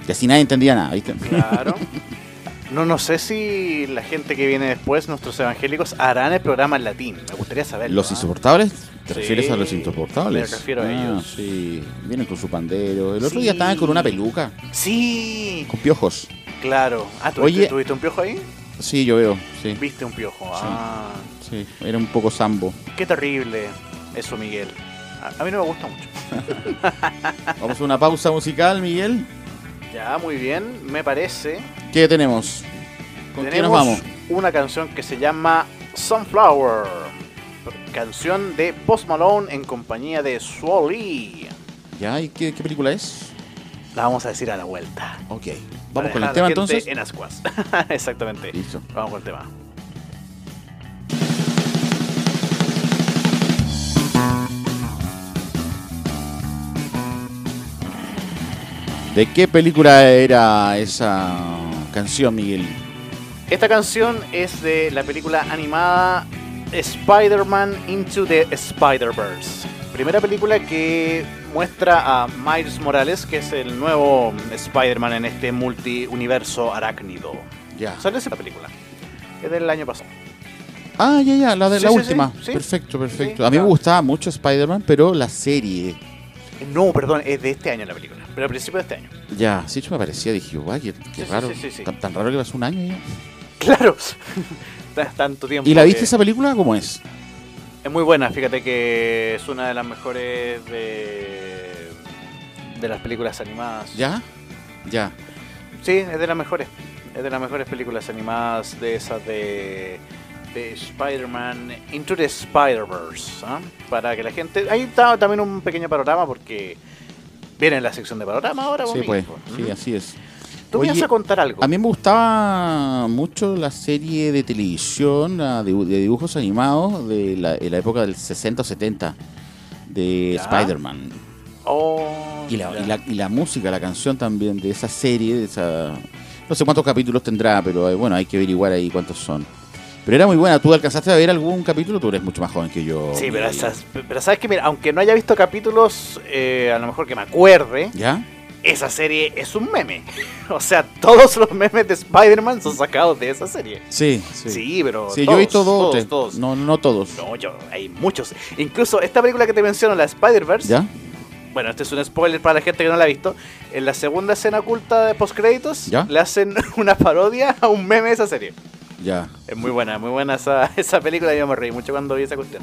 Y así nadie entendía nada, ¿viste?
Claro. No, no sé si la gente que viene después, nuestros evangélicos, harán el programa en latín. Me gustaría saberlo.
¿Los
¿ah?
insoportables? ¿Te
Sí,
refieres a los insoportables? Ah,
me refiero a ellos.
Sí, vienen con su pandero. El otro
Sí.
día estaban con una peluca,
Sí,
con piojos.
claro. Ah, ¿tú,
Oye.
tú- ¿tuviste un piojo ahí?
Sí, yo veo, sí.
Viste un piojo. Ah,
sí. Era un poco sambo.
qué terrible eso, Miguel. A, a mí no me gusta mucho.
Vamos a una pausa musical, Miguel.
Ya, muy bien, me parece.
¿Qué tenemos? ¿Con qué
Tenemos
nos vamos?
una canción que se llama Sunflower, canción de Post Malone en compañía de Swally.
¿Ya? ¿Y qué, qué película es?
La vamos a decir a la vuelta.
Ok. Vamos
Para dejar
con el
a
tema
la gente
entonces.
En ascuas. Exactamente.
Listo.
Vamos con el tema.
¿De qué película era esa canción, Miguel?
Esta canción es de la película animada Spider-Man Into the Spider-Verse. Primera película que muestra a Miles Morales, que es el nuevo Spider-Man en este multiuniverso arácnido.
Ya.
Sale esa película. Es del año pasado.
Ah, ya, ya, la de
Sí,
la
sí,
última.
sí, sí.
Perfecto, perfecto.
Sí,
a mí
claro.
me gustaba mucho Spider-Man, pero la serie.
Eh, No, perdón, es de este año la película. Pero al principio de este año.
Ya, sí, yo me parecía, dije, guay, qué, qué
Sí, sí,
raro.
sí, sí, sí.
Tan, tan raro que pasó un año ya.
Claro. T- Tanto tiempo.
¿Y la
que-
viste esa película? ¿Cómo es?
Es muy buena, fíjate que es una de las mejores de, de las películas animadas.
¿Ya? Ya.
Sí, es de las mejores. Es de las mejores películas animadas de esas de, de Spider-Man Into the Spider-Verse. ¿ah? Para que la gente. Ahí está también un pequeño panorama porque viene la sección de panorama ahora.
Sí,
vos,
pues.
Miguel.
Sí,
Ujú.
así es.
Tú me
Oye,
vas a contar algo.
A mí me gustaba mucho la serie de televisión la de, de dibujos animados de la, de la época del 60 o 70 de
Ya.
Spider-Man.
Oh,
Y la,
ya.
y, la, y la música, la canción también de esa serie, de esa... No sé cuántos capítulos tendrá, pero eh, bueno, hay que averiguar ahí cuántos son. Pero era muy buena. ¿Tú alcanzaste a ver algún capítulo? Tú eres mucho más joven que yo.
Sí, pero,
Miguel.
esas- pero sabes que, mira, aunque no haya visto capítulos, eh, a lo mejor que me acuerde,
¿Ya?
esa serie es un meme. O sea, todos los memes de Spider-Man son sacados de esa serie.
Sí,
Sí,
sí.
pero.
Sí, yo
todos,
he visto dos. o
Todos,
tres.
todos.
No, no todos.
No, yo, hay muchos. Incluso esta película que te menciono, la Spider-Verse.
¿Ya?
Bueno, este es un spoiler para la gente que no la ha visto. En la segunda escena oculta de postcréditos,
¿Ya?
le hacen una parodia a un meme de esa serie.
Ya.
Es muy buena, muy buena esa, esa película. Yo me reí mucho cuando vi esa cuestión.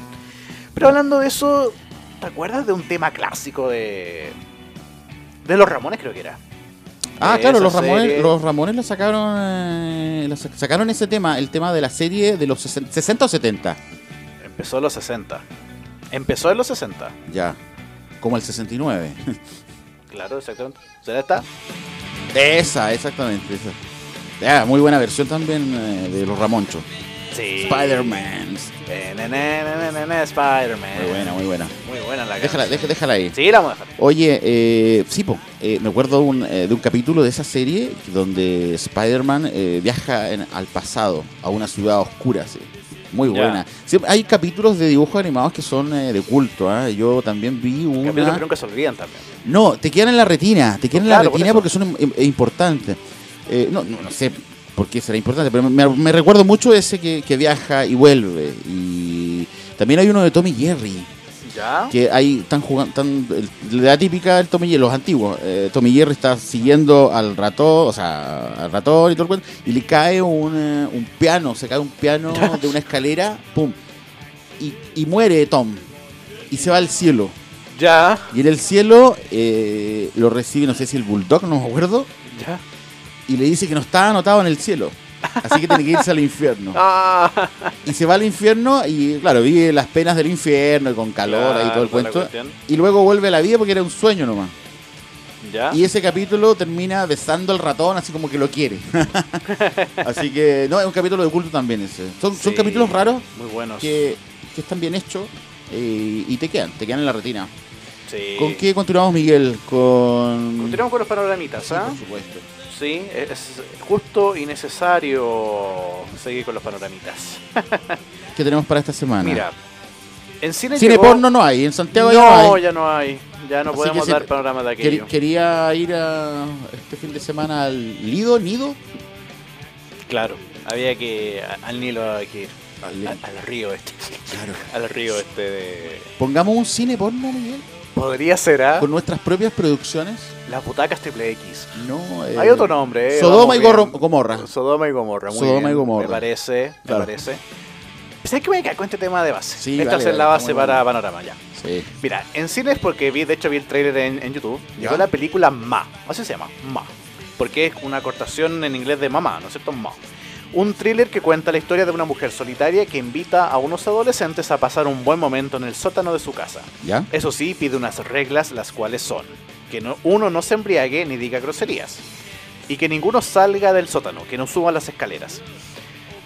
Pero hablando de eso, ¿te acuerdas de un tema clásico de. de los Ramones, creo que era?
Ah,
De
claro,
esa
los Ramones,
serie.
los Ramones la sacaron, eh, la sac- sacaron ese tema, el tema de la serie de los 60 60 o 70.
Empezó en los 60. Empezó en los 60.
Ya. Como el 69.
Claro, exactamente. ¿Será esta?
esa, exactamente. Esa. Ya, muy buena versión también eh, de los Ramonchos.
Sí.
Spider-Man.
Eh, na, na, na, na, na, Spider-Man.
Muy buena, muy buena.
Muy buena la
Déjala,
canción.
deja- déjala ahí.
Sí, la vamos a dejar.
Oye, eh, sí, po, eh, me acuerdo un, eh, de un capítulo de esa serie donde Spider-Man eh, viaja en- al pasado, a una ciudad oscura. sí. Muy
Ya.
buena. Sí, hay capítulos de dibujos animados que son eh, de culto. ¿ah? Yo también vi una...
Capítulos que nunca se olvidan también.
No, te quedan en la retina, te quedan en la
Claro, por
retina
eso.
porque son im- im- importantes. Eh, no, no, no sé, porque será importante. Pero me- me recuerdo mucho ese que, que viaja y vuelve. Y también hay uno de Tommy Jerry.
¿Ya?
Que ahí están jugando. Están, el- la típica del Tommy Jerry, los antiguos. eh, Tommy Jerry está siguiendo al ratón, o sea, al ratón y todo el cuento. Y le cae un, eh, un piano, se cae un piano de una escalera, ¡pum! Y, y muere Tom. Y se va al cielo.
¿Ya?
Y en el cielo eh, lo recibe, no sé si el Bulldog, no me acuerdo.
¿Ya?
Y le dice que no está anotado en el cielo. Así que tiene que irse al infierno.
Ah,
Y se va al infierno y, claro, vive las penas del infierno y con calor y todo el
Claro, la
cuento.
cuestión.
Y luego vuelve a la vida porque era un sueño nomás.
¿ya?
Y ese capítulo termina besando al ratón así como que lo quiere. así que, no, es un capítulo de culto también ese. Son, son
Sí,
capítulos raros
Muy buenos.
que, que están bien hechos eh, y te quedan, te quedan en la retina.
Sí.
¿Con qué continuamos, Miguel? Con...
Eh. Continuamos con los panoramitas, ¿ah?
Por supuesto.
Sí, es justo y necesario seguir con los panoramitas.
¿Qué tenemos para esta semana?
Mira, en cine,
Ah, Cine
llegó-
porno no hay, en Santiago ya no
No,
hay.
ya no hay. Ya no
Así
podemos
que sí,
dar panorama de
Quer-
aquello.
quería ir a este fin de semana al Lido, Nido.
Claro, había que. a- Al Nilo había que ir.
Al-
Al, al río este.
Claro.
Al río este de.
Pongamos un cine porno, Miguel.
Podría ser, ¿ah?
Con nuestras propias producciones.
Las butacas triple X.
No. eh,
Hay otro nombre, eh,
Sodoma
vamos
y
bien.
Gorro- Gomorra.
Sodoma y Gomorra. Muy
Sodoma y
bien,
Gomorra.
Me parece,
Claro.
me parece. Pues es que me quedar con este tema de base.
Sí,
Esta
vale,
es la
vale,
base
cómo no.
para Panorama, ya.
Sí.
Mira, en cines porque vi, de hecho vi el trailer en, en YouTube,
Ya.
llegó la película Ma, así se llama, Ma, porque es una cortación en inglés de mamá, ¿no es cierto? Ma. Un thriller que cuenta la historia de una mujer solitaria que invita a unos adolescentes a pasar un buen momento en el sótano de su casa.
¿Ya?
Eso sí, pide unas reglas las cuales son que no- uno no se embriague ni diga groserías y que ninguno salga del sótano, que no suba las escaleras.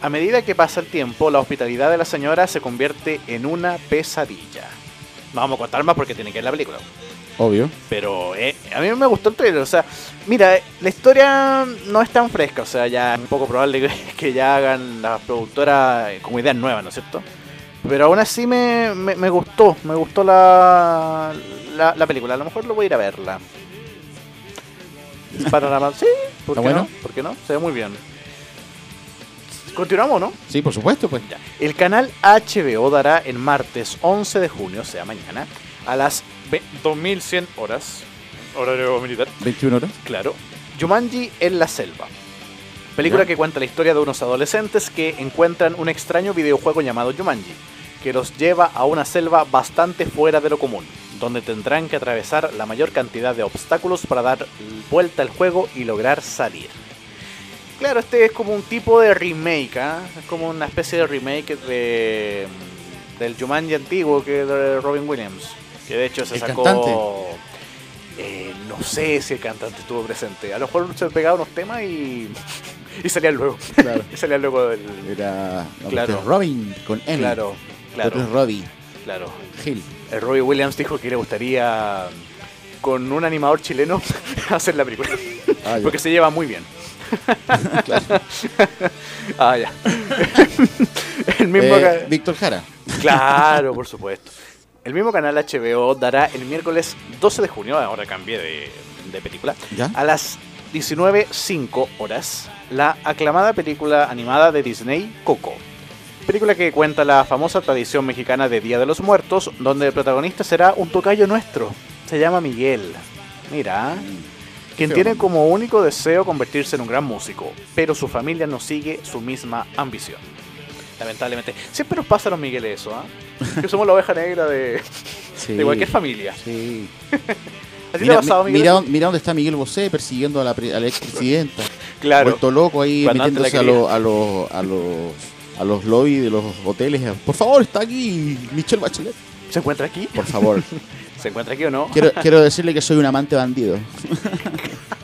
A medida que pasa el tiempo, la hospitalidad de la señora se convierte en una pesadilla. No vamos a contar más porque tiene que ver la película.
Obvio.
Pero eh, a mí me gustó el trailer. O sea, mira, eh, la historia no es tan fresca. O sea, ya es un poco probable que- que ya hagan las productoras eh, como ideas nuevas, ¿no es cierto? Pero aún así me, me, me gustó. Me gustó la, la, la película. A lo mejor lo voy a ir a verla. Panorama. Sí, ¿por
¿Está
qué no?
bueno?
¿Por qué no? Se ve muy bien. Continuamos, ¿no?
Sí, por supuesto, pues.
Ya. El canal HBO dará el martes 11 de junio, o sea, mañana, a las ve- 2100 horas, horario militar,
21 horas.
claro, Jumanji en la selva. Película
Ya.
que cuenta la historia de unos adolescentes que encuentran un extraño videojuego llamado Jumanji, que los lleva a una selva bastante fuera de lo común, donde tendrán que atravesar la mayor cantidad de obstáculos para dar vuelta al juego y lograr salir. Claro, este es como un tipo de remake, ¿ah? es como una especie de remake de, del Jumanji antiguo que de Robin Williams, que de hecho se
¿El
sacó...
cantante?
eh, no sé si el cantante estuvo presente. A lo mejor se pegaba unos temas y, y salía luego.
Claro.
y salía luego del...
Era. no,
Claro.
este es Robin con N.
Claro,
Otro es
claro,
Robbie
claro.
Hill.
El Robbie Williams dijo que le gustaría con un animador chileno hacer la película.
Ah, ya.
Porque se lleva muy bien. ah, ya. el mismo
Eh,
ca-
Víctor Jara.
Claro, por supuesto. El mismo canal HBO dará el miércoles 12 de junio, ahora cambié de, de película,
¿Ya?
a las 19.05 horas, la aclamada película animada de Disney, Coco. Película que cuenta la famosa tradición mexicana de Día de los Muertos, donde el protagonista será un tocayo nuestro. Se llama Miguel. Mira. Quien
Feo.
tiene como único deseo convertirse en un gran músico, pero su familia no sigue su misma ambición. Lamentablemente. Siempre nos pasa a los Migueles eso, ¿ah? Que somos la oveja negra de,
Sí.
de cualquier familia.
Sí.
¿A ti te ha
Mira,
pasado,
mi-
Miguel?
mira dónde- mira dónde está Miguel Bosé persiguiendo a la, pre- a la expresidenta.
claro.
Vuelto loco ahí
Cuando antes
metiéndose
la
a, los- a, los- a los, a los lobbies de los hoteles. Por favor, está aquí Michelle Bachelet.
¿Se encuentra aquí?
Por favor.
¿Se encuentra aquí o no?
quiero, quiero decirle que soy un amante bandido.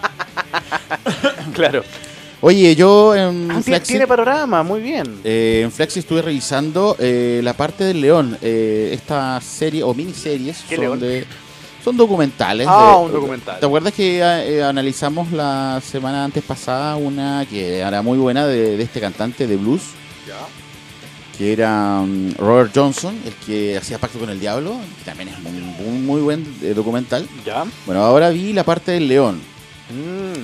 claro.
Oye, yo en
Ah, ti-
Flexi,
tiene panorama, muy bien.
eh, en Flexi estuve revisando eh, la parte del León. eh, esta serie o miniseries
¿Qué
son
León?
de- Son documentales.
Ah,
de-
un documental.
¿Te acuerdas que eh, analizamos la semana antes pasada una que era muy buena de, de este cantante de blues? que era mm, Robert Johnson, el que hacía Pacto con el Diablo, que también es un muy, muy buen eh, documental.
Ya. Mm,
Bueno, ahora vi la parte del león.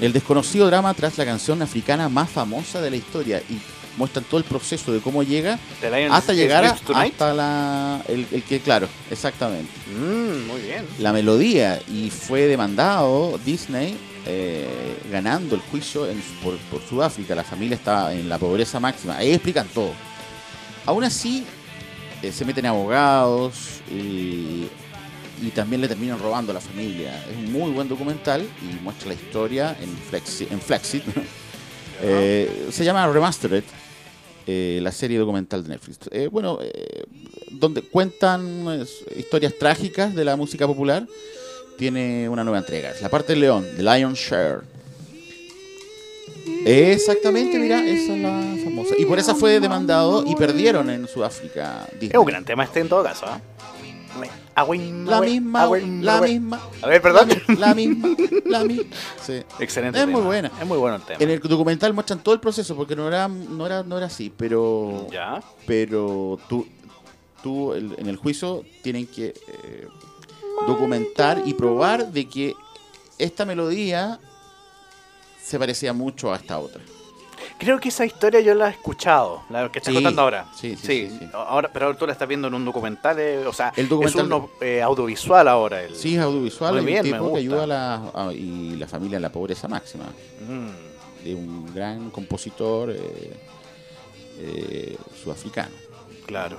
El desconocido drama tras la canción africana más famosa de la historia y muestran todo el proceso de cómo llega
The Lion
hasta llegar a-
Sleeps Tonight.
hasta la, el, el que, claro, exactamente,
Mm, muy bien.
la melodía y fue demandado Disney eh, ganando el juicio en- por, por Sudáfrica. La familia estaba en la pobreza máxima. Ahí explican todo. Aún así, eh, se meten abogados eh, y, y también le terminan robando a la familia. Es un muy buen documental y muestra la historia en Flexit. En Flexit. Eh, se llama Remastered, eh, la serie documental de Netflix. Eh, bueno, eh, donde cuentan es, historias trágicas de la música popular. Tiene una nueva entrega. Es la parte del león, The Lion Share. Exactamente, mira, esa es la famosa. Y por esa fue demandado y perdieron en Sudáfrica. Disney.
Es un gran tema este en todo caso. ¿ah? Agua y
La
agua,
misma,
agua y
la
agua.
misma.
A ver, perdón.
La misma, la misma. Sí.
Excelente.
Es
tema.
muy buena.
Es muy bueno el tema.
En el documental muestran todo el proceso porque no era, no era, no era así, pero,
Ya.
pero tú, tú el- en el juicio tienen que eh, documentar y probar de que esta melodía se parecía mucho a esta otra.
Creo que esa historia yo la he escuchado, la que estás
Sí,
contando ahora.
sí, sí, sí, sí.
Ahora, pero ahora tú la estás viendo en un documental, eh, o sea,
El documental-
es un eh, audiovisual ahora. El...
Sí, es audiovisual,
Muy
hay un
bien, me
tipo que
gusta.
ayuda a la, a- y la familia en la pobreza máxima.
Mm,
De un gran compositor eh, eh, sudafricano,
claro.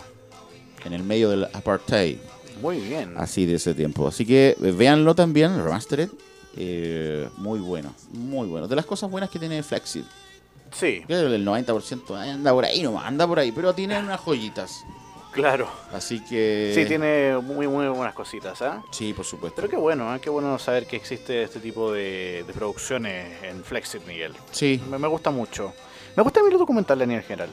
en el medio del apartheid.
Muy bien.
Así de ese tiempo. Así que eh, véanlo también, Remastered. Eh, muy bueno, muy bueno. De las cosas buenas que tiene Flexit.
Sí,
Creo que el 90% anda por ahí nomás, anda por ahí. Pero tiene unas joyitas.
claro.
Así que.
Sí, tiene muy, muy buenas cositas, ¿ah?
Sí, por supuesto.
Pero qué bueno, ¿eh? qué bueno saber que existe este tipo de, de producciones en Flexit, Miguel.
Sí.
Me, me gusta mucho. Me gusta a mí los documentales en general.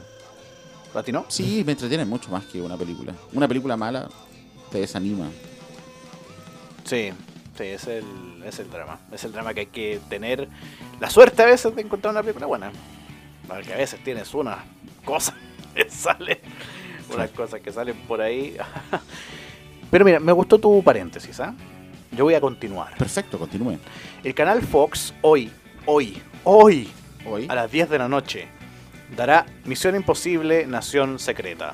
¿A ti no?
Sí, me entretienen mucho más que una película. Una película mala te desanima.
Sí, sí, es el, es el drama. Es el drama que hay que tener la suerte a veces de encontrar una película buena. Porque a veces tienes unas cosas que salen, unas cosas que salen por ahí. Pero mira, me gustó tu paréntesis, ¿ah? Yo voy a continuar.
Perfecto, continúen.
El canal Fox hoy, hoy, hoy,
Hoy.
a las 10 de la noche, dará Misión Imposible, Nación Secreta.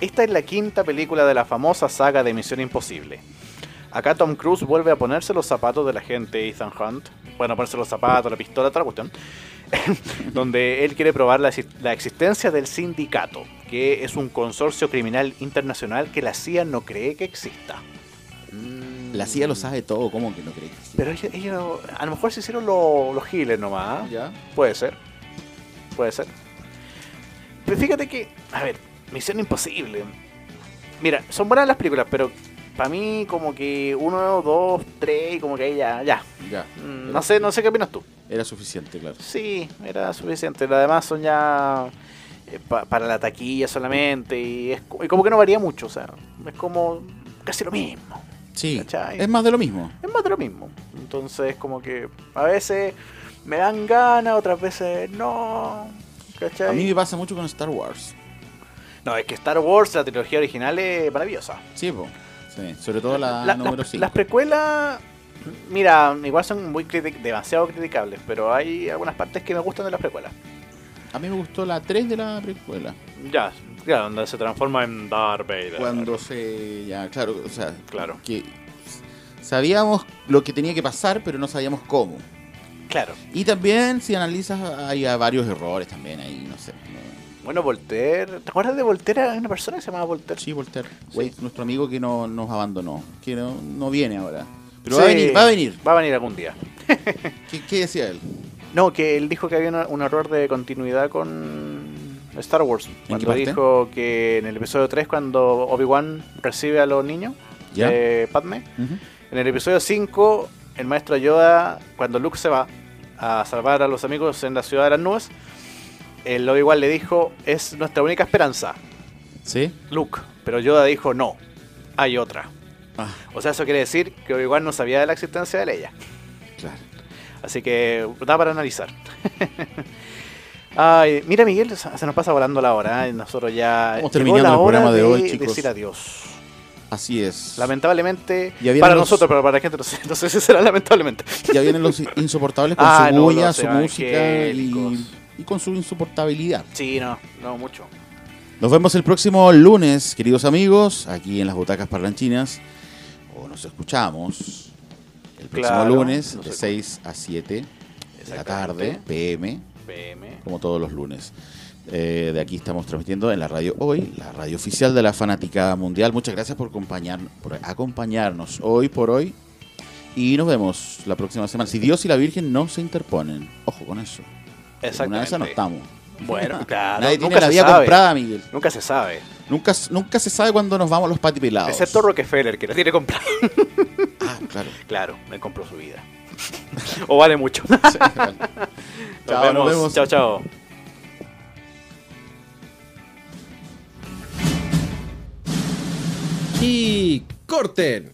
Esta es la quinta película de la famosa saga de Misión Imposible. Acá Tom Cruise vuelve a ponerse los zapatos de la gente Ethan Hunt. Bueno, ponerse los zapatos, la pistola, otra cuestión. donde él quiere probar la, exi- la existencia del sindicato, que es un consorcio criminal internacional que la CIA no cree que exista.
La CIA lo sabe todo, ¿cómo que no crees?
Pero ellos, ellos- a lo mejor se hicieron lo- los giles nomás. ¿ah?
Ya.
Puede ser. Puede ser. Pero fíjate que, a ver, Misión Imposible. Mira, son buenas las películas, pero para mí como que uno, dos, tres, y como que ahí ya, ya.
Ya.
Mm, No sé, no sé qué opinas tú.
Era suficiente, claro.
Sí, era suficiente. Lo demás son ya eh, pa- para la taquilla solamente y, es, co- y como que no varía mucho, o sea, es como casi lo mismo.
Sí.
¿Cachai?
Es más de lo mismo.
Es más de lo mismo. Entonces, como que a veces me dan ganas, otras veces no. ¿Cachai?
A mí me pasa mucho con Star Wars.
No, es que Star Wars, la trilogía original, es maravillosa.
Sí, po. Sí, sobre todo la,
La-
número
las,
5.
las precuelas, mira, igual son muy critic- demasiado criticables, pero hay algunas partes que me gustan de las precuelas.
A mí me gustó la 3 de la precuela.
Ya, claro, donde se transforma en Darth Vader.
Cuando se. Ya, claro, o sea.
Claro.
Que sabíamos lo que tenía que pasar, pero no sabíamos cómo.
Claro.
Y también, si analizas, hay a varios errores también ahí, no sé. no-
Bueno, Voltaire, ¿te acuerdas de Voltaire? Hay una persona que se llamaba Voltaire.
Sí, Voltaire. Wade, nuestro amigo que no, nos abandonó. Que no, no viene ahora. Pero
Sí,
va a venir, va a venir.
Va a venir algún día.
¿Qué, qué decía él?
No, que él dijo que había una- un error de continuidad con Star Wars. Cuando
parte?
dijo que en el episodio 3, cuando Obi-Wan recibe a los niños
Ya.
de Padme, en el episodio 5, el maestro Yoda, cuando Luke se va a salvar a los amigos en la ciudad de las nubes, el Obi-Wan le dijo, es nuestra única esperanza,
Sí.
Luke. Pero Yoda dijo, no, hay otra.
Ah.
O sea, eso quiere decir que Obi-Wan no sabía de la existencia de Leia.
Claro.
Así que da para analizar. Ay, mira Miguel, se se nos pasa volando la hora ¿eh? y nosotros ya
Estamos
llegó
terminando
la
el
hora
programa de
de
hoy, chicos.
decir adiós.
Así es.
Lamentablemente,
Ya vienen
para
los-
nosotros, pero para la gente no sé, no sé si será lamentablemente.
Ya vienen los insoportables con
Ah,
su
no,
bulla,
los
su música y,
evangélicos.
y con su insoportabilidad.
Sí, no, no mucho.
Nos vemos el próximo lunes, queridos amigos, aquí en las butacas parlanchinas. O nos escuchamos el próximo
Claro,
lunes
nos
de
escu-
6 a 7 de la tarde,
Exactamente.
PM,
PM.
como todos los lunes. Eh, de aquí estamos transmitiendo en la radio hoy, la radio oficial de la Fanaticada Mundial. Muchas gracias por, acompañar, por acompañarnos hoy por hoy. Y nos vemos la próxima semana. Si Dios y la Virgen no se interponen, ojo con eso. Una de
Exactamente.
esas no estamos.
Bueno, claro.
Nadie
nunca
tiene la
se
vida
sabe.
comprada, Miguel.
Nunca se sabe.
Nunca, nunca se sabe cuándo nos vamos los patipelados.
Excepto Rockefeller, que la tiene comprada.
Ah, claro.
claro, me compró su vida. o vale mucho.
Sí, vale. Chao, nos vemos.
Chao, chao.
Y corten.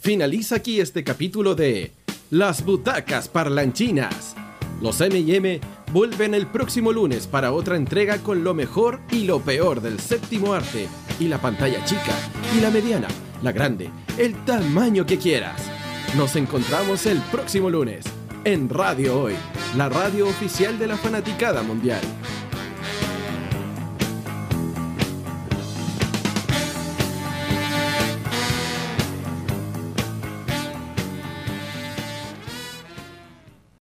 Finaliza aquí este capítulo de Las butacas parlanchinas. Los M&M vuelven el próximo lunes para otra entrega con lo mejor y lo peor del séptimo arte y la pantalla chica y la mediana, la grande, el tamaño que quieras. Nos encontramos el próximo lunes en Radio Hoy, la radio oficial de la fanaticada mundial.